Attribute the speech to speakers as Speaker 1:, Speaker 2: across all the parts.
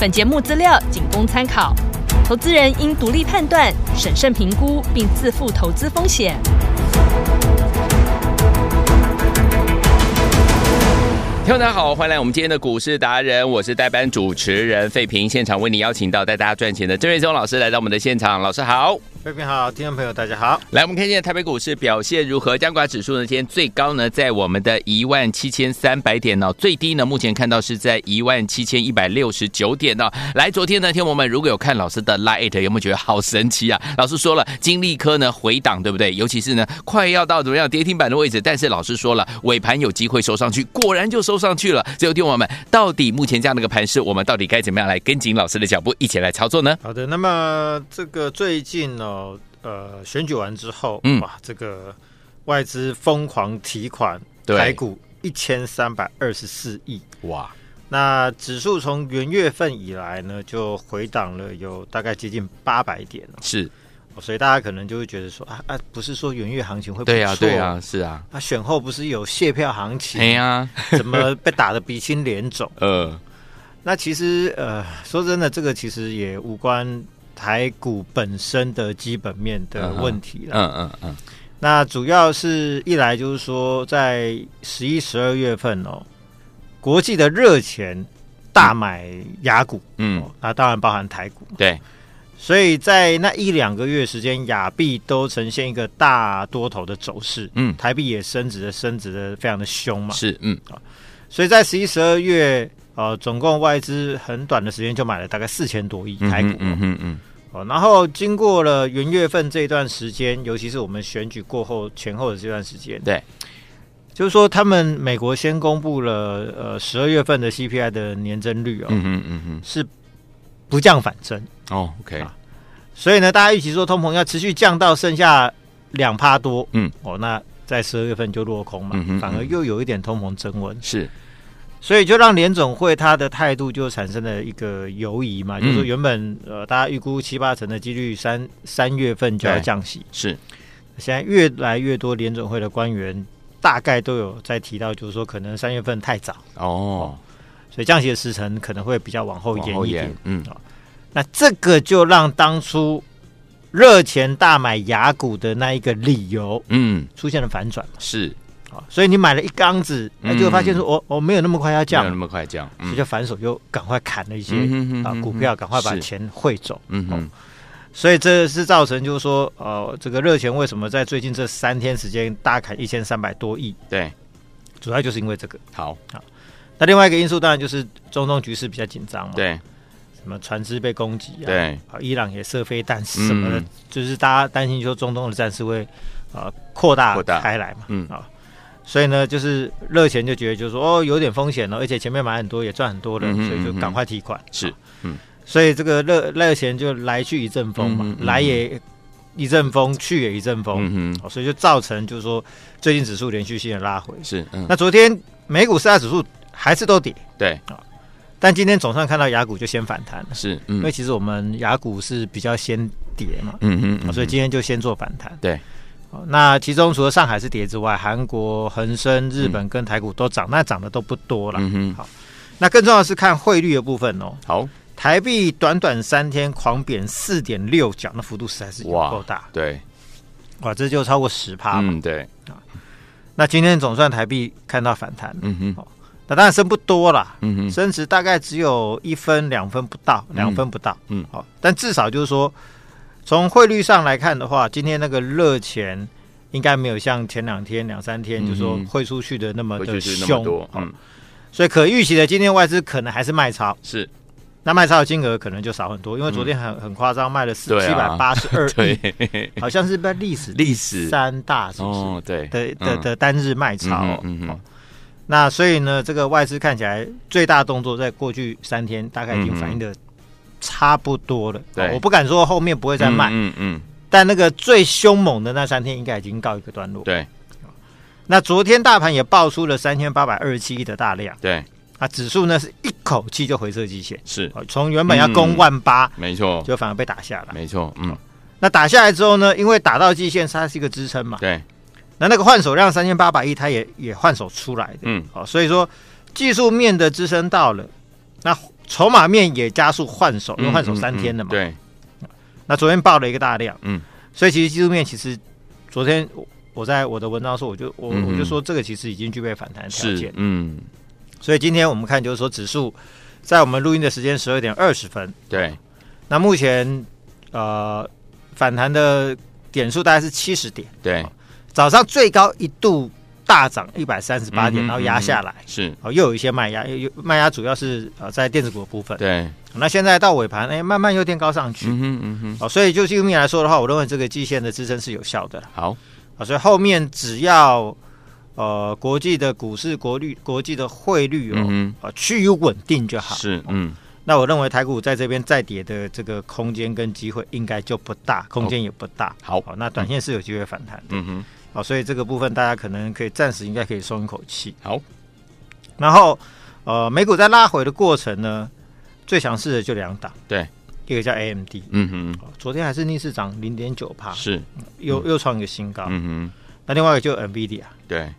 Speaker 1: 本节目资料仅供参考，投资人应独立判断、审慎评估，并自负投资风险。
Speaker 2: 听众大家好，欢迎来我们今天的股市达人，我是代班主持人费平，现场为你邀请到带大家赚钱的郑瑞宗老师来到我们的现场，老师好。
Speaker 3: 各位好，听众朋友大家好。
Speaker 2: 来，我们看一下台北股市表现如何？加挂指数呢？今天最高呢在我们的一万七千三百点哦，最低呢目前看到是在一万七千一百六十九点哦。来，昨天呢，天友们如果有看老师的 Lite，有没有觉得好神奇啊？老师说了，金利科呢回档，对不对？尤其是呢快要到怎么样跌停板的位置，但是老师说了，尾盘有机会收上去，果然就收上去了。只有听友们，到底目前这样的一个盘势，我们到底该怎么样来跟紧老师的脚步，一起来操作呢？
Speaker 3: 好的，那么这个最近呢、哦，呃，选举完之后，
Speaker 2: 嗯
Speaker 3: 哇，这个外资疯狂提款，
Speaker 2: 对
Speaker 3: 台股一千三百二十四亿。
Speaker 2: 哇，
Speaker 3: 那指数从元月份以来呢，就回档了有大概接近八百点哦
Speaker 2: 是
Speaker 3: 所以大家可能就会觉得说啊啊，不是说元月行情会不错，
Speaker 2: 对呀、对呀、是啊，
Speaker 3: 啊选后不是有卸票行情，
Speaker 2: 哎呀、
Speaker 3: 怎么被打得鼻青脸肿？
Speaker 2: 呃，
Speaker 3: 那其实呃，说真的，这个其实也无关台股本身的基本面的问题了。
Speaker 2: 嗯嗯嗯，
Speaker 3: 那主要是一来就是说，在十一、十二月份哦，国际的热钱大买雅股，
Speaker 2: 嗯
Speaker 3: 哦，那当然包含台股，
Speaker 2: 对，
Speaker 3: 所以在那一两个月时间，亚币都呈现一个大多头的走势，
Speaker 2: 嗯
Speaker 3: 台币也升值的升值的非常的凶嘛，
Speaker 2: 是，嗯，
Speaker 3: 所以在十一、十二月，呃，总共外资很短的时间就买了大概四千多亿台股、
Speaker 2: 嗯嗯嗯，
Speaker 3: 哦，然后经过了元月份这一段时间，尤其是我们选举过后前后的这段时间，
Speaker 2: 对，
Speaker 3: 就是说他们美国先公布了呃十二月份的 CPI 的年增率哦，
Speaker 2: 嗯嗯嗯嗯，
Speaker 3: 是不降反增，
Speaker 2: 哦，OK，
Speaker 3: 啊所以呢，大家预期说通膨要持续降到剩下两趴多，
Speaker 2: 嗯，
Speaker 3: 哦，那在十二月份就落空嘛，
Speaker 2: 嗯哼
Speaker 3: 反而又有一点通膨增温，
Speaker 2: 是，
Speaker 3: 所以就让联总会他的态度就产生了一个犹疑嘛，
Speaker 2: 嗯
Speaker 3: 就是说原本呃大家预估七八成的几率三三月份就要
Speaker 2: 对
Speaker 3: 降息，
Speaker 2: 是，
Speaker 3: 现在越来越多联总会的官员大概都有在提到，就是说可能三月份太早，
Speaker 2: 哦，
Speaker 3: 所以降息的时程可能会比较往后
Speaker 2: 往
Speaker 3: 延
Speaker 2: 后
Speaker 3: 一点哦
Speaker 2: 延。，嗯，
Speaker 3: 那这个就让当初热钱大买雅股的那一个理由
Speaker 2: 嗯，
Speaker 3: 出现了反转嘛
Speaker 2: 是，
Speaker 3: 啊，所以你买了一缸子，那就发现说我我没有那么快
Speaker 2: 嗯没
Speaker 3: 要
Speaker 2: 有那
Speaker 3: 降，
Speaker 2: 么快降，
Speaker 3: 所以
Speaker 2: 嗯，
Speaker 3: 就反手又赶快砍了一些
Speaker 2: 嗯
Speaker 3: 啊股票，赶快把，
Speaker 2: 是
Speaker 3: 钱汇走。
Speaker 2: 嗯哼，
Speaker 3: 哦所以这是造成就是说，呃，这个热钱为什么在最近这三天时间大砍一千三百多亿，
Speaker 2: 对，
Speaker 3: 主要就是因为这个。
Speaker 2: 好，
Speaker 3: 那另外一个因素当然就是中东局势比较紧张嘛，，
Speaker 2: 对
Speaker 3: 什么船只被攻击啊，，
Speaker 2: 对，
Speaker 3: 啊，伊朗也射飞弹什么的，
Speaker 2: 嗯
Speaker 3: 就是大家担心说中东的战事会呃扩大
Speaker 2: 扩大
Speaker 3: 开来嘛，
Speaker 2: 嗯
Speaker 3: 啊，所以呢，就是热钱就觉得就是说哦有点风险了，而且前面买很多也赚很多了，
Speaker 2: 嗯哼
Speaker 3: 所以就
Speaker 2: 嗯哼
Speaker 3: 赶快提款，
Speaker 2: 是
Speaker 3: 啊，
Speaker 2: 嗯
Speaker 3: 所以这个热热钱就来去一阵风嘛，
Speaker 2: 嗯哼嗯哼
Speaker 3: 来也一阵风，去也一阵风，
Speaker 2: 嗯哼，
Speaker 3: 哦，所以就造成就是说最近指数连续性的拉回。
Speaker 2: 是，嗯，
Speaker 3: 那昨天美股四大指数还是都跌，
Speaker 2: 对，
Speaker 3: 但今天总算看到雅股就先反弹了，
Speaker 2: 是，嗯
Speaker 3: 因为，其实我们雅股是比较先跌嘛，
Speaker 2: 嗯
Speaker 3: 哦所以今天就先做反弹。
Speaker 2: 对
Speaker 3: 哦，那其中除了上海是跌之外，韩国、恒生、日本跟台股都涨，那涨的都不多了。
Speaker 2: 嗯哼，
Speaker 3: 那更重要的是看汇率的部分哦，
Speaker 2: 好，
Speaker 3: 台币短短三天狂贬四点六角，那幅度实在是有
Speaker 2: 哇
Speaker 3: 够大，
Speaker 2: 对，
Speaker 3: 哇，这就超过十趴嘛。
Speaker 2: 嗯，对，
Speaker 3: 那今天总算台币看到反弹，
Speaker 2: 嗯哼，
Speaker 3: 那当然升不多啦，
Speaker 2: 嗯哼，
Speaker 3: 升值大概只有一分两分不到，两分不到，
Speaker 2: 嗯
Speaker 3: 好、但至少就是说，从汇率上来看的话，今天那个热钱应该没有像前两天两三天
Speaker 2: 嗯
Speaker 3: 就是说汇出去的那么
Speaker 2: 回
Speaker 3: 的
Speaker 2: 去是那么
Speaker 3: 凶，
Speaker 2: 多，
Speaker 3: 哦
Speaker 2: 嗯，
Speaker 3: 所以可预期的今天外资可能还是卖超，
Speaker 2: 是，
Speaker 3: 那卖超的金额可能就少很多，因为昨天很、很夸张，卖了四
Speaker 2: 对
Speaker 3: 七百
Speaker 2: 啊
Speaker 3: 八十二亿，
Speaker 2: 对，
Speaker 3: 好像是在历史
Speaker 2: 历史，
Speaker 3: 三大是不是、
Speaker 2: 哦，对，
Speaker 3: 的的的单日卖超、
Speaker 2: 嗯嗯
Speaker 3: 哦
Speaker 2: 嗯，
Speaker 3: 那所以呢，这个外资看起来最大动作在过去三天大概已经反映的差不多了。
Speaker 2: 对
Speaker 3: 哦我不敢说后面不会再卖，
Speaker 2: 嗯嗯
Speaker 3: 但那个最凶猛的那三天应该已经告一个段落
Speaker 2: 嗯，。对
Speaker 3: 那昨天大盘也爆出了三千八百二十七亿的大量
Speaker 2: 对
Speaker 3: 啊，指数呢是一口气就回撤极限，
Speaker 2: 是，
Speaker 3: 哦从原本要攻万八，
Speaker 2: 没错
Speaker 3: 就反而被打下来。
Speaker 2: 没错，嗯
Speaker 3: 那打下来之后呢，因为打到极限，它是一个支撑嘛，
Speaker 2: 对，
Speaker 3: 那那个换手量三千八百亿，它也也换手出来的，
Speaker 2: 嗯
Speaker 3: 哦，所以说技术面的支撑到了，那筹码面也加速换手，因为换手三天了嘛，
Speaker 2: 嗯对，
Speaker 3: 那昨天爆了一个大量，
Speaker 2: 嗯，
Speaker 3: 所以其实技术面其实昨天我我在我的文章说，我就我
Speaker 2: 嗯
Speaker 3: 我就说这个其实已经具备反弹条
Speaker 2: 是
Speaker 3: 件，，
Speaker 2: 嗯
Speaker 3: 所以今天我们看就是说指数在我们录音的时间十二点二十分，
Speaker 2: 对，
Speaker 3: 那目前呃反弹的点数大概是七十点，
Speaker 2: 对
Speaker 3: 早上最高一度大涨一百三十八
Speaker 2: 嗯
Speaker 3: 点，
Speaker 2: 哼
Speaker 3: 然后压下来。
Speaker 2: 是，
Speaker 3: 哦，又有一些卖压，有有卖压主要是呃在电子股的部分。
Speaker 2: 嗯对，
Speaker 3: 那现在到尾盘，哎，慢慢又垫高上去。
Speaker 2: 嗯哼嗯哼，
Speaker 3: 哦，所以就技术面来说的话，我认为这个季线的支撑是有效的啦。
Speaker 2: 好，
Speaker 3: 啊，所以后面只要呃国际的股市、国率、国际的汇率哦，
Speaker 2: 嗯
Speaker 3: 啊趋于稳定就好。
Speaker 2: 哼，是，嗯，
Speaker 3: 那我认为台股在这边再跌的这个空间跟机会应该就不大，空间也不大。
Speaker 2: 好，
Speaker 3: 好、那短线是有机会反弹的。
Speaker 2: 嗯哼，
Speaker 3: 好、哦所以这个部分大家可能可以暂时应该可以松一口气。
Speaker 2: 好，
Speaker 3: 然后呃美股在拉回的过程呢，最强势的就两档，
Speaker 2: 对，
Speaker 3: 一个叫 AMD。
Speaker 2: 嗯哼，
Speaker 3: 哦昨天还是逆市涨零点九帕，
Speaker 2: 是，
Speaker 3: 又又创一个新高。
Speaker 2: 嗯
Speaker 3: 那另外一个就是 NVIDIA，
Speaker 2: 哼，对，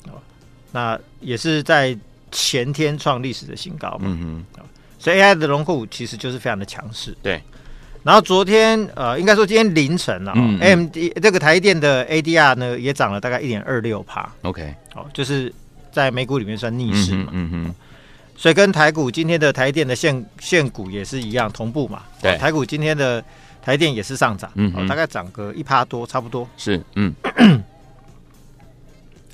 Speaker 3: 那也是在前天创历史的新高嘛，
Speaker 2: 嗯哼，
Speaker 3: 所以 AI 的龙虎其实就是非常的强势。
Speaker 2: 对。
Speaker 3: 然后昨天呃，应该说今天凌晨啊、
Speaker 2: 嗯嗯
Speaker 3: a m d 这个台积电的 ADR 呢也涨了大概一点二六帕，
Speaker 2: ，OK，
Speaker 3: 哦，就是在美股里面算逆
Speaker 2: 嗯
Speaker 3: 势
Speaker 2: 哼
Speaker 3: 嘛，
Speaker 2: 嗯哼，
Speaker 3: 所以跟台股今天的台积电的现现股也是一样同步嘛。哦
Speaker 2: 对
Speaker 3: 台股今天的台积电也是上涨，
Speaker 2: 嗯
Speaker 3: 哦
Speaker 2: 哼，
Speaker 3: 大概涨个一趴多，差不多。
Speaker 2: 是，嗯，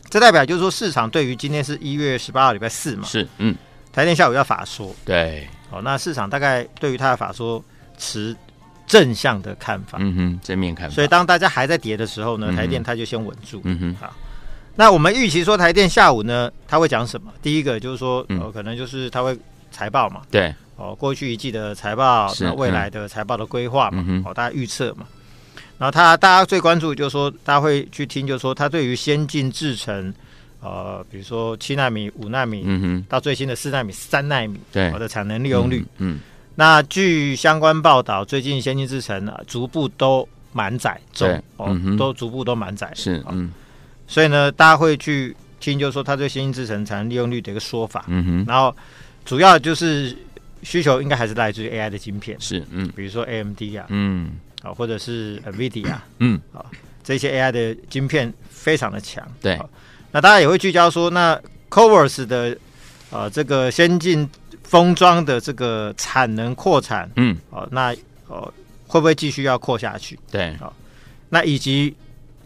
Speaker 3: 这代表就是说市场对于今天是一月十八号礼拜四嘛，
Speaker 2: 是，嗯，
Speaker 3: 台积电下午要法说，
Speaker 2: 对，
Speaker 3: 哦，那市场大概对于它的法说持正向的看法，
Speaker 2: 嗯哼，正面看法，
Speaker 3: 所以当大家还在跌的时候呢，
Speaker 2: 嗯哼
Speaker 3: 台电它就先稳住。
Speaker 2: 嗯哼，
Speaker 3: 那我们预期说台电下午呢，它会讲什么？第一个就是说，
Speaker 2: 嗯
Speaker 3: 呃，可能就是它会财报嘛，
Speaker 2: 对，
Speaker 3: 哦，过去一季的财报，
Speaker 2: 是嗯
Speaker 3: 那未来的财报的规划嘛，
Speaker 2: 嗯哼
Speaker 3: 哦，大家预测嘛。然后它大家最关注就是说，大家会去听，就是说它对于先进制程，呃，比如说七纳米、五纳米、
Speaker 2: 嗯哼，
Speaker 3: 到最新的四纳米、三纳米，哦
Speaker 2: 对
Speaker 3: 我，的产能利用率。，
Speaker 2: 嗯，
Speaker 3: 那据相关报道，最近先进制程啊，逐步都满载中哦
Speaker 2: 对，嗯哼
Speaker 3: 都逐步都满载了，
Speaker 2: 是，
Speaker 3: 哦
Speaker 2: 嗯
Speaker 3: 所以呢，大家会去听，就是说它对先进制程产能利用率的一个说法，
Speaker 2: 嗯哼，
Speaker 3: 然后主要就是需求应该还是来自于 AI 的晶片，
Speaker 2: 是，嗯
Speaker 3: 比如说 AMD 啊，
Speaker 2: 嗯
Speaker 3: 啊或者是 NVIDIA 啊
Speaker 2: 嗯，
Speaker 3: 这些 AI 的晶片非常的强，
Speaker 2: 对
Speaker 3: 哦那大家也会聚焦说，那 Covers 的呃这个先进封装的这个产能扩产。
Speaker 2: 嗯，
Speaker 3: 哦，那哦会不会继续要扩下去？
Speaker 2: 对，
Speaker 3: 那以及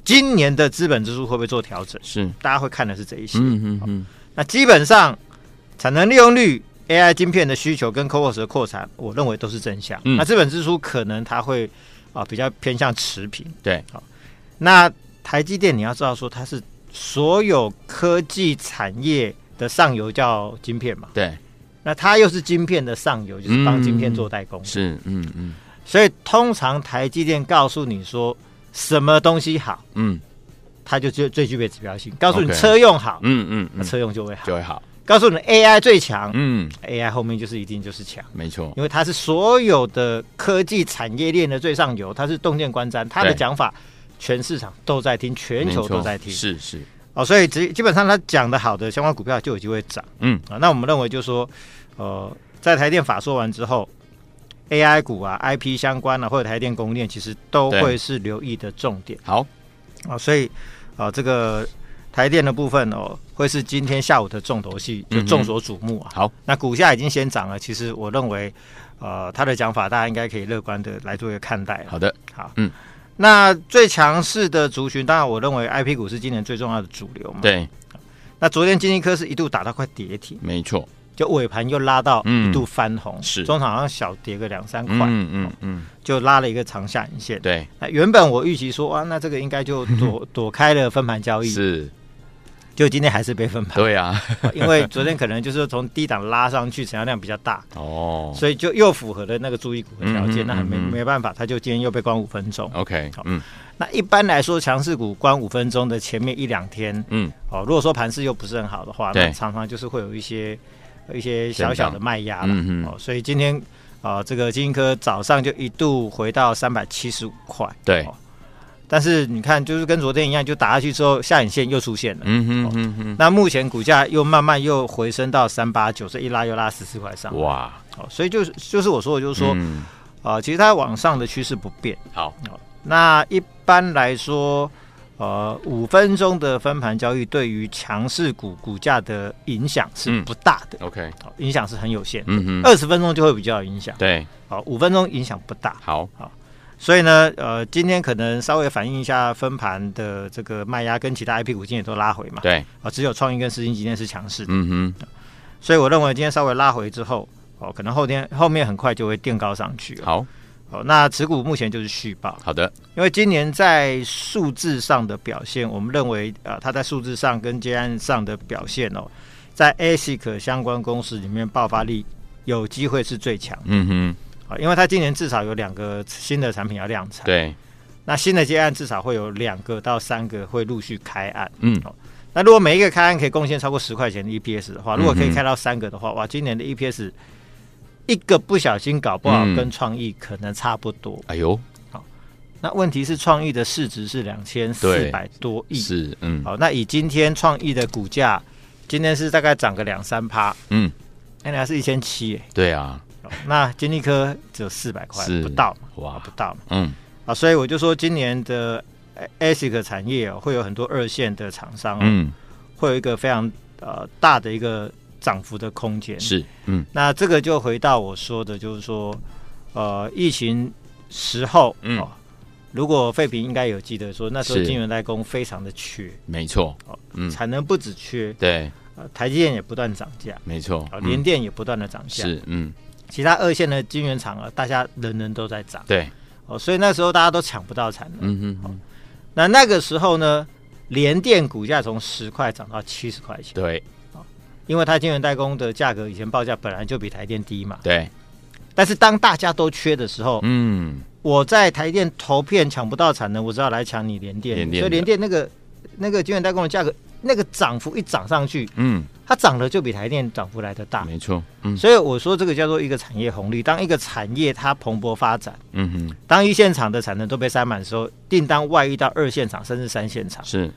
Speaker 3: 今年的资本支出会不会做调整？
Speaker 2: 是，
Speaker 3: 大家会看的是这一些。
Speaker 2: 嗯嗯嗯，
Speaker 3: 那基本上产能利用率、AI 晶片的需求跟 CoWoS 的扩产，我认为都是正向。
Speaker 2: 嗯
Speaker 3: 那资本支出可能它会啊、比较偏向持平。
Speaker 2: 对，
Speaker 3: 好、那台积电你要知道说它是所有科技产业的上游叫晶片嘛，
Speaker 2: 对，
Speaker 3: 那它又是晶片的上游，就是帮晶片
Speaker 2: 嗯
Speaker 3: 做代工。
Speaker 2: 是，嗯嗯
Speaker 3: 所以通常台积电告诉你说什么东西好，
Speaker 2: 嗯
Speaker 3: 它就最最具备指标性。告诉你
Speaker 2: OK
Speaker 3: 车用好，
Speaker 2: 嗯嗯
Speaker 3: 那
Speaker 2: 嗯，
Speaker 3: 车用就会好；
Speaker 2: 就会好，
Speaker 3: 告诉你 AI 最强
Speaker 2: 嗯，
Speaker 3: ，AI 后面就是一定就是强，
Speaker 2: 没错，
Speaker 3: 因为它是所有的科技产业链的最上游，它是洞见观瞻，它的
Speaker 2: 对
Speaker 3: 讲法。全市场都在听，全球都在听
Speaker 2: 是是，
Speaker 3: 哦，所以基基本上它讲的好的相关股票就有机会涨
Speaker 2: 嗯
Speaker 3: 啊。那我们认为就是说，呃，在台电法说完之后，AI 股啊、IP 相关啊，或者台电供应链，其实都
Speaker 2: 对
Speaker 3: 会是留意的重点。
Speaker 2: 好，
Speaker 3: 啊，所以啊，这个台电的部分哦，会是今天下午的重头戏，就
Speaker 2: 嗯哼
Speaker 3: 众所瞩目啊。
Speaker 2: 好，
Speaker 3: 那股价已经先涨了，其实我认为，呃，他的讲法大家应该可以乐观的来做一个看待啊。
Speaker 2: 好的，
Speaker 3: 好，
Speaker 2: 嗯，
Speaker 3: 那最强势的族群，当然我认为 I P 股是今年最重要的主流嘛。。
Speaker 2: 对，
Speaker 3: 那昨天经济科是一度打到快跌停，
Speaker 2: 没错，
Speaker 3: 就尾盘又拉到
Speaker 2: 嗯
Speaker 3: 一度翻红，
Speaker 2: 是
Speaker 3: 中场好像小跌个两三块，
Speaker 2: 嗯嗯嗯，
Speaker 3: 就拉了一个长下影线。
Speaker 2: 对，
Speaker 3: 那原本我预期说，哇，那这个应该就躲躲开了分盘交易，
Speaker 2: 是，
Speaker 3: 就今天还是被分盘，
Speaker 2: 对 啊，
Speaker 3: 因为昨天可能就是从低档拉上去，成交量比较大，
Speaker 2: 哦
Speaker 3: 所以就又符合了那个注意股的条
Speaker 2: 嗯
Speaker 3: 件，
Speaker 2: 嗯
Speaker 3: 那还没
Speaker 2: 嗯嗯
Speaker 3: 没办法，它就今天又被关五分钟。
Speaker 2: ，OK，
Speaker 3: 好
Speaker 2: 嗯
Speaker 3: 那一般来说，强势股关五分钟的前面一两天，
Speaker 2: 嗯，
Speaker 3: 哦，如果说盘势又不是很好的话，
Speaker 2: 对
Speaker 3: 那常常就是会有一些一些小小的卖压了。
Speaker 2: 嗯嗯
Speaker 3: 哦，所以今天啊、这个金科早上就一度回到三百七十五块，
Speaker 2: 对
Speaker 3: 哦但是你看，就是跟昨天一样，就打下去之后，下影线又出现了。
Speaker 2: 嗯哼哼哼，
Speaker 3: 那目前股价又慢慢又回升到三八九，这一拉又拉十四块上，
Speaker 2: 哇，
Speaker 3: 哦，所以就是就是我说的，就是说啊、
Speaker 2: 嗯
Speaker 3: 其实它往上的趋势不变。
Speaker 2: 好，
Speaker 3: 那一般来说，呃，五分钟的分盘交易对于强势股股价的影响是不大的，
Speaker 2: ，OK，
Speaker 3: 好影响是很有限的。
Speaker 2: 嗯哼，
Speaker 3: 二十分钟就会比较有影响，
Speaker 2: 对，
Speaker 3: 好，五分钟影响不大。
Speaker 2: 好，
Speaker 3: 所以呢，呃，今天可能稍微反映一下分盘的这个卖压，跟其他 I P 股今天也都拉回嘛，
Speaker 2: 对，
Speaker 3: 啊，只有创意跟世金今天是强势的，
Speaker 2: 嗯
Speaker 3: 所以我认为今天稍微拉回之后，哦，可能后天后面很快就会垫高上去
Speaker 2: 哼，
Speaker 3: 了。
Speaker 2: 好，
Speaker 3: 哦，那持股目前就是续报。
Speaker 2: 好的，
Speaker 3: 因为今年在数字上的表现，我们认为呃，它在数字上跟接案上的表现哦，在 ASIC 相关公司里面爆发力有机会是最强
Speaker 2: 嗯哼，
Speaker 3: 啊，因为它今年至少有两个新的产品要量产，，
Speaker 2: 对，
Speaker 3: 那新的接案至少会有两个到三个会陆续开案。
Speaker 2: 嗯，
Speaker 3: 那如果每一个开案可以贡献超过十块钱的 EPS 的话，如果
Speaker 2: 嗯
Speaker 3: 可以
Speaker 2: 哼
Speaker 3: 开到三个的话，哇，今年的 EPS 一个不小心搞不好
Speaker 2: 嗯
Speaker 3: 跟创意可能差不多。
Speaker 2: 哎呦，
Speaker 3: 那问题是创意的市值是两千四
Speaker 2: 对
Speaker 3: 百多亿，
Speaker 2: 是，嗯，
Speaker 3: 好，那以今天创意的股价，今天是大概涨个两三趴，哎
Speaker 2: 嗯，
Speaker 3: 那还是一千七耶。
Speaker 2: 对啊，
Speaker 3: 哦那金利科只有四百块，
Speaker 2: 是
Speaker 3: 不到嘛，啊
Speaker 2: 哇
Speaker 3: 不，到嘛，
Speaker 2: 嗯，
Speaker 3: 啊，所以我就说今年的呃 ASIC 产业、哦、会有很多二线的厂商、哦，
Speaker 2: 嗯，
Speaker 3: 会有一个非常呃大的一个涨幅的空间。，
Speaker 2: 是，嗯
Speaker 3: 那这个就回到我说的，就是说，呃，疫情时候，
Speaker 2: 嗯
Speaker 3: 哦，如果费平应该有记得说，那时候
Speaker 2: 是
Speaker 3: 金源代工非常的缺，
Speaker 2: 没错，
Speaker 3: 哦
Speaker 2: 嗯
Speaker 3: 产能不止缺，
Speaker 2: 对，
Speaker 3: 呃，台积电也不断涨价，
Speaker 2: 没错
Speaker 3: 啊，，联
Speaker 2: 嗯
Speaker 3: 电也不断的涨价，
Speaker 2: 是，嗯，
Speaker 3: 其他二线的晶圆厂啊，大家人人都在涨，
Speaker 2: 对，
Speaker 3: 哦，所以那时候大家都抢不到产能。
Speaker 2: 嗯哼哼，
Speaker 3: 那那个时候呢，联电股价从十块涨到七十块钱，
Speaker 2: 对
Speaker 3: 因为它晶圆代工的价格以前报价本来就比台电低嘛。
Speaker 2: 对，
Speaker 3: 但是当大家都缺的时候，
Speaker 2: 嗯，
Speaker 3: 我在台电投片抢不到产能，我只好来抢你联电，
Speaker 2: 联电的
Speaker 3: 所以联电那个那个晶圆代工的价格，那个涨幅一涨上去，
Speaker 2: 嗯，
Speaker 3: 它涨的就比台电涨幅来的大。
Speaker 2: 没错，嗯
Speaker 3: 啊所以我说这个叫做一个产业红利。当一个产业它蓬勃发展，
Speaker 2: 嗯哼，
Speaker 3: 当一线厂的产能都被塞满的时候，订单外溢到二线厂甚至三线厂。
Speaker 2: 是，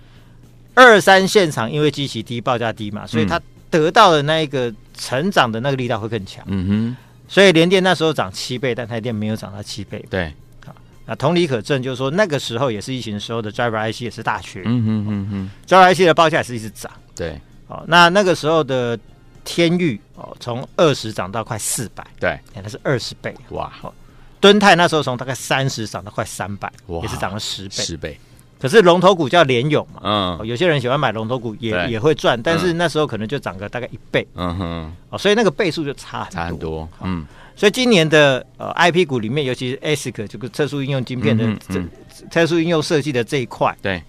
Speaker 3: 二三线厂因为基期低、报价低
Speaker 2: 嗯
Speaker 3: 嘛，所以它得到的那一个成长的那个力道会更强。
Speaker 2: 嗯哼，
Speaker 3: 所以联电那时候涨七倍，但台电没有涨到七倍。
Speaker 2: 对，
Speaker 3: 那同理可证，就是说那个时候也是疫情时候的 driver IC 也是大缺、
Speaker 2: 嗯哼哼哼，
Speaker 3: d r i v e r IC 的报价也是一直涨。
Speaker 2: 对
Speaker 3: 哦，那那个时候的天域哦，从二十涨到快四百，
Speaker 2: 对，
Speaker 3: 哎那是二十倍。
Speaker 2: 哇，
Speaker 3: 敦泰那时候从大概三十涨到快三百，
Speaker 2: 哇
Speaker 3: 也是涨了十倍。
Speaker 2: 十倍，
Speaker 3: 可是龙头股叫联勇嘛、哦
Speaker 2: 嗯
Speaker 3: 有些人喜欢买龙头股也
Speaker 2: 对
Speaker 3: 也会赚，但是那时候可能就涨个大概一倍、
Speaker 2: 嗯哼，
Speaker 3: 哦，所以那个倍数就差很多。
Speaker 2: 差很多，嗯，
Speaker 3: 所以今年的呃 IP 股里面，尤其是 ASIC 这个特殊应用晶片的、
Speaker 2: 嗯嗯
Speaker 3: 这特殊应用设计的这一块，
Speaker 2: 对，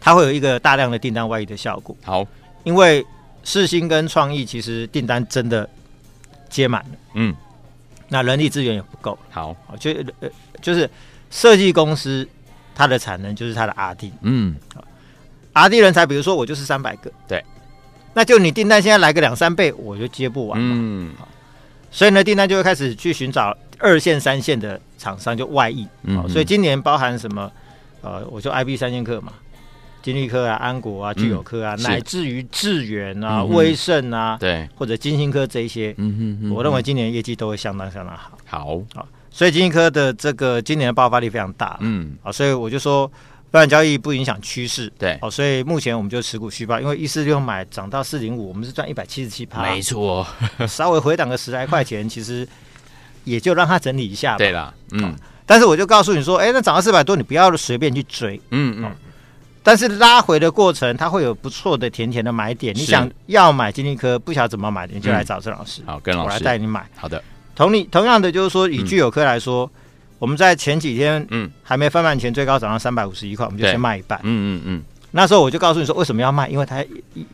Speaker 3: 它会有一个大量的订单外溢的效果，
Speaker 2: 好，
Speaker 3: 因为世新跟创意其实订单真的接满了，
Speaker 2: 嗯，
Speaker 3: 那人力资源也不够。
Speaker 2: 好，
Speaker 3: 哦，就呃就是设计公司它的产能就是它的 R D
Speaker 2: 嗯，
Speaker 3: R D 人才，比如说我就是三百个，
Speaker 2: 对，
Speaker 3: 那就你订单现在来个两三倍，我就接不完嘛，
Speaker 2: 嗯
Speaker 3: 所以呢订单就会开始去寻找二线、三线的厂商就外溢，
Speaker 2: 嗯
Speaker 3: 哦，所以今年包含什么？呃，我就 I B 三剑客嘛。金利科啊、安国啊、聚友科啊，
Speaker 2: 嗯是
Speaker 3: 乃至于智源啊、
Speaker 2: 嗯哼
Speaker 3: 威盛啊，
Speaker 2: 对，
Speaker 3: 或者金星科这一些，
Speaker 2: 嗯哼哼，
Speaker 3: 我认为今年业绩都会相当相当好。
Speaker 2: 好，
Speaker 3: 所以金星科的这个今年的爆发力非常大。
Speaker 2: 嗯，
Speaker 3: 啊，所以我就说，分盘交易不影响趋势。
Speaker 2: 对，
Speaker 3: 哦，所以目前我们就持股续报，因为一四六买涨到四零五，我们是赚一百七十七趴，
Speaker 2: 没错，
Speaker 3: 稍微回档个十来块钱，其实也就让它整理一下吧。
Speaker 2: 对了，嗯
Speaker 3: 但是我就告诉你说，哎，那涨到四百多，你不要随便去追。
Speaker 2: 嗯嗯，
Speaker 3: 但是拉回的过程，它会有不错的甜甜的买点。你
Speaker 2: 是
Speaker 3: 想要买金利科，不晓得怎么买的，你就
Speaker 2: 嗯
Speaker 3: 来找郑老师，
Speaker 2: 好，跟
Speaker 3: 我
Speaker 2: 老
Speaker 3: 来
Speaker 2: 师，
Speaker 3: 带你买。
Speaker 2: 好的，
Speaker 3: 同理，同样的就是说，以
Speaker 2: 嗯
Speaker 3: 聚友科来说，我们在前几天
Speaker 2: 嗯
Speaker 3: 还没翻盘前，最高涨到三百五十一块，我们就
Speaker 2: 对
Speaker 3: 先卖一半。
Speaker 2: 嗯嗯嗯，
Speaker 3: 那时候我就告诉你说为什么要卖，因为它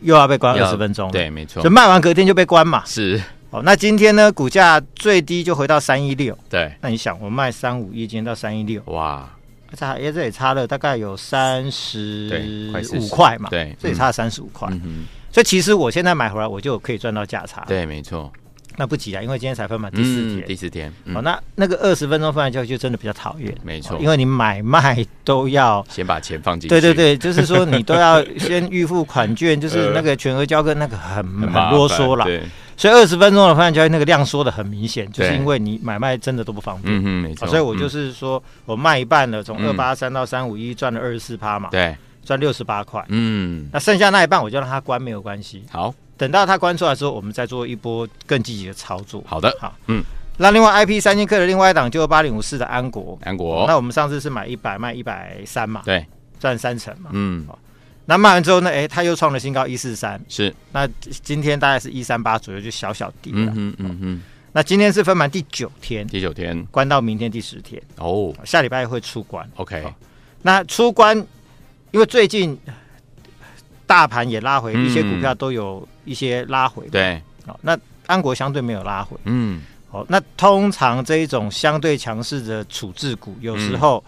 Speaker 3: 又要被关二
Speaker 2: 要
Speaker 3: 十分钟，，
Speaker 2: 对，没错
Speaker 3: 就，卖完隔天就被关嘛。
Speaker 2: 是，
Speaker 3: 哦，那今天呢，股价最低就回到三一六，
Speaker 2: 对，
Speaker 3: 那你想，我卖三五一，今天到三一六，啊
Speaker 2: 哇，
Speaker 3: 差哎也这也差了大概有三
Speaker 2: 对
Speaker 3: 十
Speaker 2: 快40
Speaker 3: 五块嘛，
Speaker 2: 对
Speaker 3: 这也差三十五块。
Speaker 2: 嗯哼，
Speaker 3: 所以其实我现在买回来，我就可以赚到价差。，
Speaker 2: 对，没错，
Speaker 3: 那不急啊，因为今天才分满第四
Speaker 2: 嗯，
Speaker 3: 天。
Speaker 2: 第四天，
Speaker 3: 哦，
Speaker 2: 嗯，
Speaker 3: 那那个二十分钟分完交易就真的比较讨厌，
Speaker 2: 没错
Speaker 3: 哦因为你买卖都要，
Speaker 2: 先把钱放进去，
Speaker 3: 对对，对，就是说你都要先预付 款券，就是
Speaker 2: 呃
Speaker 3: 那个全额交割那个很
Speaker 2: 很
Speaker 3: 很
Speaker 2: 麻烦
Speaker 3: 啰嗦啦。
Speaker 2: 对，
Speaker 3: 所以二十分钟的分完交易那个量缩的很明显，就是
Speaker 2: 对
Speaker 3: 因为你买卖真的都不方便。
Speaker 2: 嗯哼，没
Speaker 3: 啊
Speaker 2: 错，
Speaker 3: 所以我就
Speaker 2: 嗯
Speaker 3: 是说我卖一半了，从
Speaker 2: 嗯
Speaker 3: 二八三到三五一赚了二十四趴嘛，
Speaker 2: 对，
Speaker 3: 赚六十八块。
Speaker 2: 嗯，
Speaker 3: 那剩下那一半我就让它关没有关系，
Speaker 2: 好
Speaker 3: 等到它关出来之后，我们再做一波更积极的操作。
Speaker 2: 好的，
Speaker 3: 好，
Speaker 2: 嗯，
Speaker 3: 那另外 IP 三千克的另外一档就是八零五四的安国，哦
Speaker 2: 安国，
Speaker 3: 那我们上次是买一百卖一百三嘛，
Speaker 2: 对，
Speaker 3: 赚三成嘛。
Speaker 2: 嗯，
Speaker 3: 那卖完之后呢，哎，它又创了新高一四三，
Speaker 2: 是，
Speaker 3: 那今天大概是一三八左右，就小小跌
Speaker 2: 嗯
Speaker 3: 了。
Speaker 2: 哼，嗯哼，
Speaker 3: 那今天是分盘第九天，
Speaker 2: 第九天，
Speaker 3: 关到明天第十天，
Speaker 2: 哦
Speaker 3: 下礼拜会出关。
Speaker 2: ，OK，
Speaker 3: 那出关，因为最近呃大盘也拉回，
Speaker 2: 嗯
Speaker 3: 一些股票都有一些拉回。，
Speaker 2: 对，
Speaker 3: 哦，那安国相对没有拉回。
Speaker 2: 嗯，
Speaker 3: 哦，那通常这一种相对强势的处置股，有时候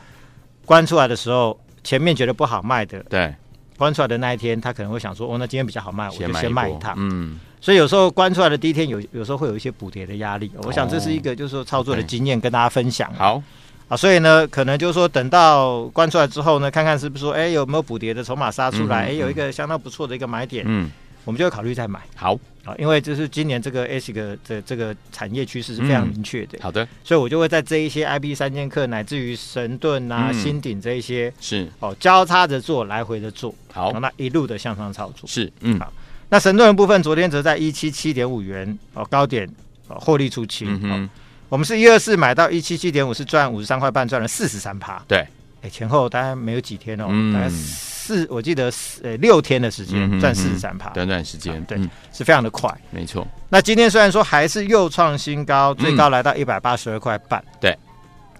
Speaker 3: 关出来的时候，前面觉得不好卖的，
Speaker 2: 对，
Speaker 3: 关出来的那一天，他可能会想说，哦，那今天比较好卖，我就先卖
Speaker 2: 波
Speaker 3: 一趟。
Speaker 2: 嗯，
Speaker 3: 所以有时候关出来的第一天有，有时候会有一些补跌的压力。哦我想这是一个就是说操作的
Speaker 2: 对
Speaker 3: 经验，跟大家分享。
Speaker 2: 好，
Speaker 3: 啊，所以呢，可能就是说等到关出来之后呢，看看是不是说，哎、有没有补跌的筹码杀出
Speaker 2: 嗯
Speaker 3: 来，哎、
Speaker 2: 嗯
Speaker 3: 有一个相当不错的一个买点，
Speaker 2: 嗯，
Speaker 3: 我们就会考虑再买
Speaker 2: 好，
Speaker 3: 啊，因为就是今年这个 S 个的这个产业趋势是非常
Speaker 2: 嗯
Speaker 3: 明确的，
Speaker 2: 好的，
Speaker 3: 所以我就会在这一些 IB 三剑客，乃至于神盾啊、
Speaker 2: 嗯
Speaker 3: 新鼎这一些
Speaker 2: 是，
Speaker 3: 哦，交叉着做，来回的做，
Speaker 2: 好
Speaker 3: 啊，那一路的向上操作。
Speaker 2: 是，嗯，
Speaker 3: 好那神盾的部分，昨天则在一七七点五元哦高点哦获利出清，
Speaker 2: 嗯
Speaker 3: 哦
Speaker 2: 哼，
Speaker 3: 我们是一二四买到一七七点五，是赚五十三块半，赚了四十三趴。
Speaker 2: 对，
Speaker 3: 哎，前后大概没有几天哦，
Speaker 2: 嗯
Speaker 3: 大概四，我记得四呃六天的时
Speaker 2: 嗯哼
Speaker 3: 间赚
Speaker 2: 嗯
Speaker 3: 四十三趴，
Speaker 2: 短短时间
Speaker 3: 啊，对
Speaker 2: 嗯，
Speaker 3: 是非常的快。
Speaker 2: 没错，
Speaker 3: 那今天虽然说还是又创新高，最高来到一百八十二块半，
Speaker 2: 嗯对，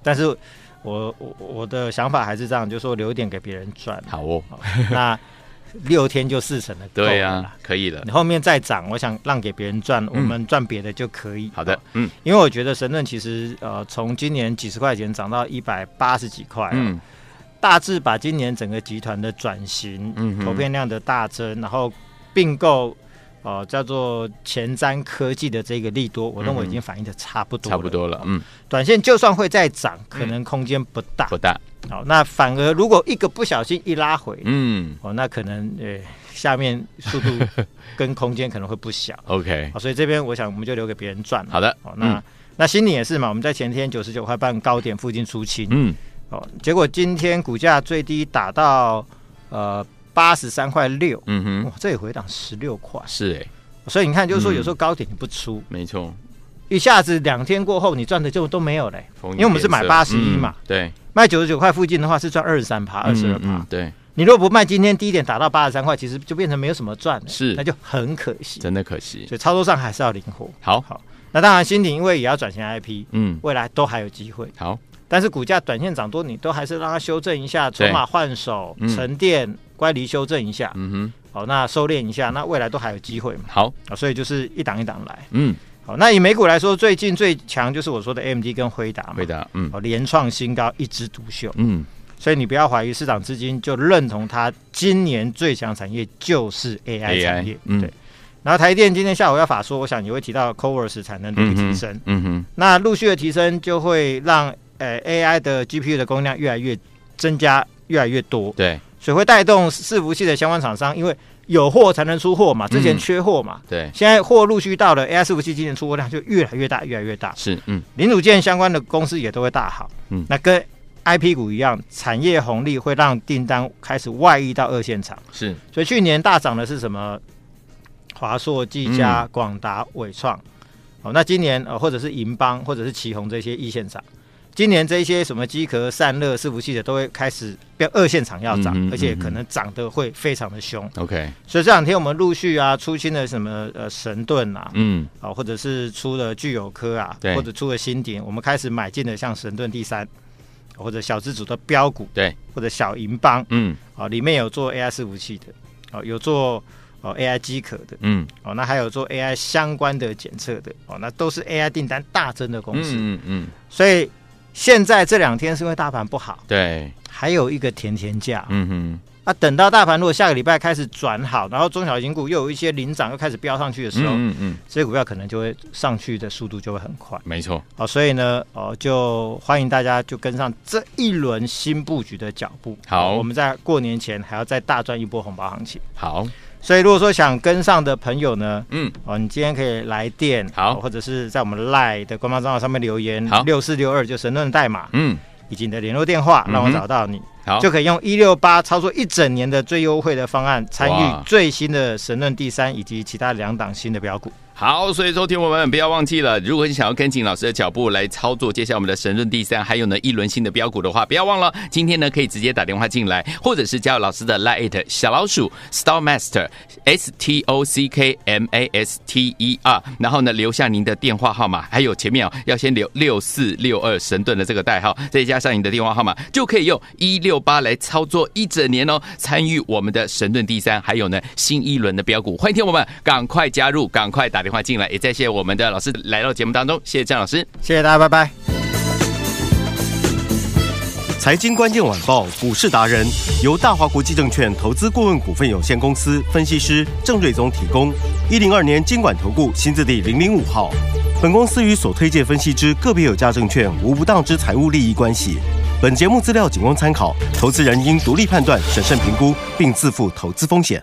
Speaker 3: 但是我我我的想法还是这样，就是说留一点给别人赚，啊
Speaker 2: 好哦，
Speaker 3: 那六天就四成的，
Speaker 2: 对呀，，可以了
Speaker 3: 你，后面再涨，我想让给别人赚，我们赚别的就可以。
Speaker 2: 好的，嗯
Speaker 3: 因为我觉得神盾其实呃，从今年几十块钱涨到一百八十几块、嗯，
Speaker 2: 嗯，
Speaker 3: 大致把今年整个集团的转型、
Speaker 2: 嗯哼
Speaker 3: 投片量的大增，然后并购呃叫做前瞻科技的这个利多，我认为已经反映的差不多了
Speaker 2: 差不多了，嗯，
Speaker 3: 短线就算会再涨，可能空间不大。
Speaker 2: 不大，
Speaker 3: 好、那反而如果一个不小心一拉回，
Speaker 2: 嗯
Speaker 3: 哦，那可能呃下面速度跟空间可能会 不小。哦
Speaker 2: ，OK，
Speaker 3: 好，所以这边我想我们就留给别人赚了。
Speaker 2: 好的
Speaker 3: 哦，，那、
Speaker 2: 嗯
Speaker 3: 那心里也是嘛，我们在前天九十九块半高点附近出清，
Speaker 2: 嗯，
Speaker 3: 哦，结果今天股价最低打到呃八十三块六，
Speaker 2: 嗯
Speaker 3: 哇
Speaker 2: 哼，，
Speaker 3: 这也回档十六块，
Speaker 2: 是哎，
Speaker 3: 所以你看，就是说
Speaker 2: 嗯
Speaker 3: 有时候高点你不出，
Speaker 2: 没错，
Speaker 3: 一下子两天过后你赚的就都没有嘞，
Speaker 2: 风
Speaker 3: 因为我们是买
Speaker 2: 变色
Speaker 3: 81嘛，
Speaker 2: 嗯对，
Speaker 3: 卖九十九块附近的话是赚二十三趴、二十二
Speaker 2: 嗯
Speaker 3: 趴
Speaker 2: 嗯，对，
Speaker 3: 你如果不卖今天低点打到八十三块，其实就变成没有什么赚了，
Speaker 2: 是
Speaker 3: 那就很可惜，
Speaker 2: 真的可惜
Speaker 3: 所，以操作上还是要灵活。
Speaker 2: 好，
Speaker 3: 好那当然，新鼎因为也要转型 IP，
Speaker 2: 嗯，
Speaker 3: 未来都还有机会。
Speaker 2: 好，
Speaker 3: 但是股价短线涨多，你都还是让它修正一下，筹
Speaker 2: 对
Speaker 3: 码换手、
Speaker 2: 嗯
Speaker 3: 沉淀、乖离修正一下，
Speaker 2: 嗯
Speaker 3: 好，那收敛一下，那未来都还有机会嘛
Speaker 2: 哼，。好，
Speaker 3: 啊，所以就是一档一档来。
Speaker 2: 嗯，
Speaker 3: 好，那以美股来说，最近最强就是我说的 AMD 跟辉达嘛，
Speaker 2: 回答，嗯
Speaker 3: 哦，连创新高，一枝独秀。
Speaker 2: 嗯，
Speaker 3: 所以你不要怀疑市场资金就认同它今年最强产业就是 AI
Speaker 2: AI
Speaker 3: 产业，
Speaker 2: 嗯
Speaker 3: 对。然后台电今天下午要法说，我想也会提到 Covers 产能的一
Speaker 2: 嗯
Speaker 3: 个提
Speaker 2: 哼
Speaker 3: 升。，
Speaker 2: 嗯哼，
Speaker 3: 那陆续的提升就会让呃 AI 的 GPU 的供应量越来越增加，越来越多，
Speaker 2: 对
Speaker 3: 所以会带动伺服器的相关厂商，因为有货才能出货嘛，之前
Speaker 2: 嗯
Speaker 3: 缺货嘛。
Speaker 2: 对，
Speaker 3: 现在货陆续到了，AI 伺服器今年出货量就越来越大，越来越大。
Speaker 2: 是，嗯
Speaker 3: 零组件相关的公司也都会大好。
Speaker 2: 嗯
Speaker 3: 那跟 IP 股一样，产业红利会让订单开始外溢到二线厂。
Speaker 2: 是，
Speaker 3: 所以去年大涨的是什么？华硕、技嘉、
Speaker 2: 嗯
Speaker 3: 广达、伟创。哦，那今年呃，或者是银邦，或者是旗宏这些一线厂，今年这些什么机壳、散热、伺服器的都会开始变二线厂要涨，
Speaker 2: 嗯哼
Speaker 3: 而且
Speaker 2: 嗯哼
Speaker 3: 可能涨得会非常的凶。
Speaker 2: OK，
Speaker 3: 所以这两天我们陆续啊出新的什么呃神盾啊，
Speaker 2: 嗯，
Speaker 3: 啊，或者是出了具有科啊
Speaker 2: 对，
Speaker 3: 或者出了新鼎，我们开始买进了像神盾第三，或者小资主的标股，
Speaker 2: 对，
Speaker 3: 或者小银邦，
Speaker 2: 嗯
Speaker 3: 哦，里面有做 AI 伺服器的，哦，有做哦 AI 机壳的，
Speaker 2: 嗯
Speaker 3: 哦，那还有做 AI 相关的检测的，哦，那都是 AI 订单大增的公司。
Speaker 2: 嗯嗯嗯，
Speaker 3: 所以现在这两天是因为大盘不好，
Speaker 2: 对，
Speaker 3: 还有一个甜甜价、
Speaker 2: 嗯哼，
Speaker 3: 啊。等到大盘如果下个礼拜开始转好，然后中小型股又有一些领涨又开始飙上去的时候，
Speaker 2: 嗯嗯嗯，
Speaker 3: 这些股票可能就会上去的速度就会很快。
Speaker 2: 没错，
Speaker 3: 哦，所以呢，哦，就欢迎大家就跟上这一轮新布局的脚步。
Speaker 2: 好
Speaker 3: 哦我们在过年前还要再大赚一波红包行情。
Speaker 2: 好，
Speaker 3: 所以如果说想跟上的朋友呢，
Speaker 2: 嗯，
Speaker 3: 哦，你今天可以来电，
Speaker 2: 好
Speaker 3: 哦或者是在我们 LINE 的官方账号上面留言，
Speaker 2: 好
Speaker 3: 六四六二就神盾代码
Speaker 2: 嗯，
Speaker 3: 以及你的联络电话，
Speaker 2: 嗯哼
Speaker 3: 让我找到你，
Speaker 2: 好，
Speaker 3: 就可以用一六八操作一整年的最优惠的方案，参
Speaker 2: 哇
Speaker 3: 与最新的神盾第三以及其他两档新的标股。
Speaker 2: 好，所以说听我们不要忘记了，如果你想要跟紧老师的脚步来操作，接下来我们的神盾第三，还有呢一轮新的标股的话，不要忘了，今天呢可以直接打电话进来，或者是加入老师的 Lite 小老鼠 Star Master S T O C K M A S T E R，然后呢留下您的电话号码，还有前面哦要先留六四六二神盾的这个代号，再加上你的电话号码，就可以用一六八来操作一整年哦，参与我们的神盾第三，还有呢新一轮的标股，欢迎听我们赶快加入，赶快打电话进来，也再谢谢我们的老师来到节目当中，谢谢张老师。
Speaker 3: 谢谢大家，拜拜。
Speaker 4: 财经关键晚报股市达人由大华国际证券投资顾问股份有限公司分析师郑瑞宗提供。一零二年经管投顾新字第零零五号。本公司与所推介分析之个别有价证券无不当之财务利益关系。本节目资料仅供参考，投资人应独立判断、审慎评估，并自负投资风险。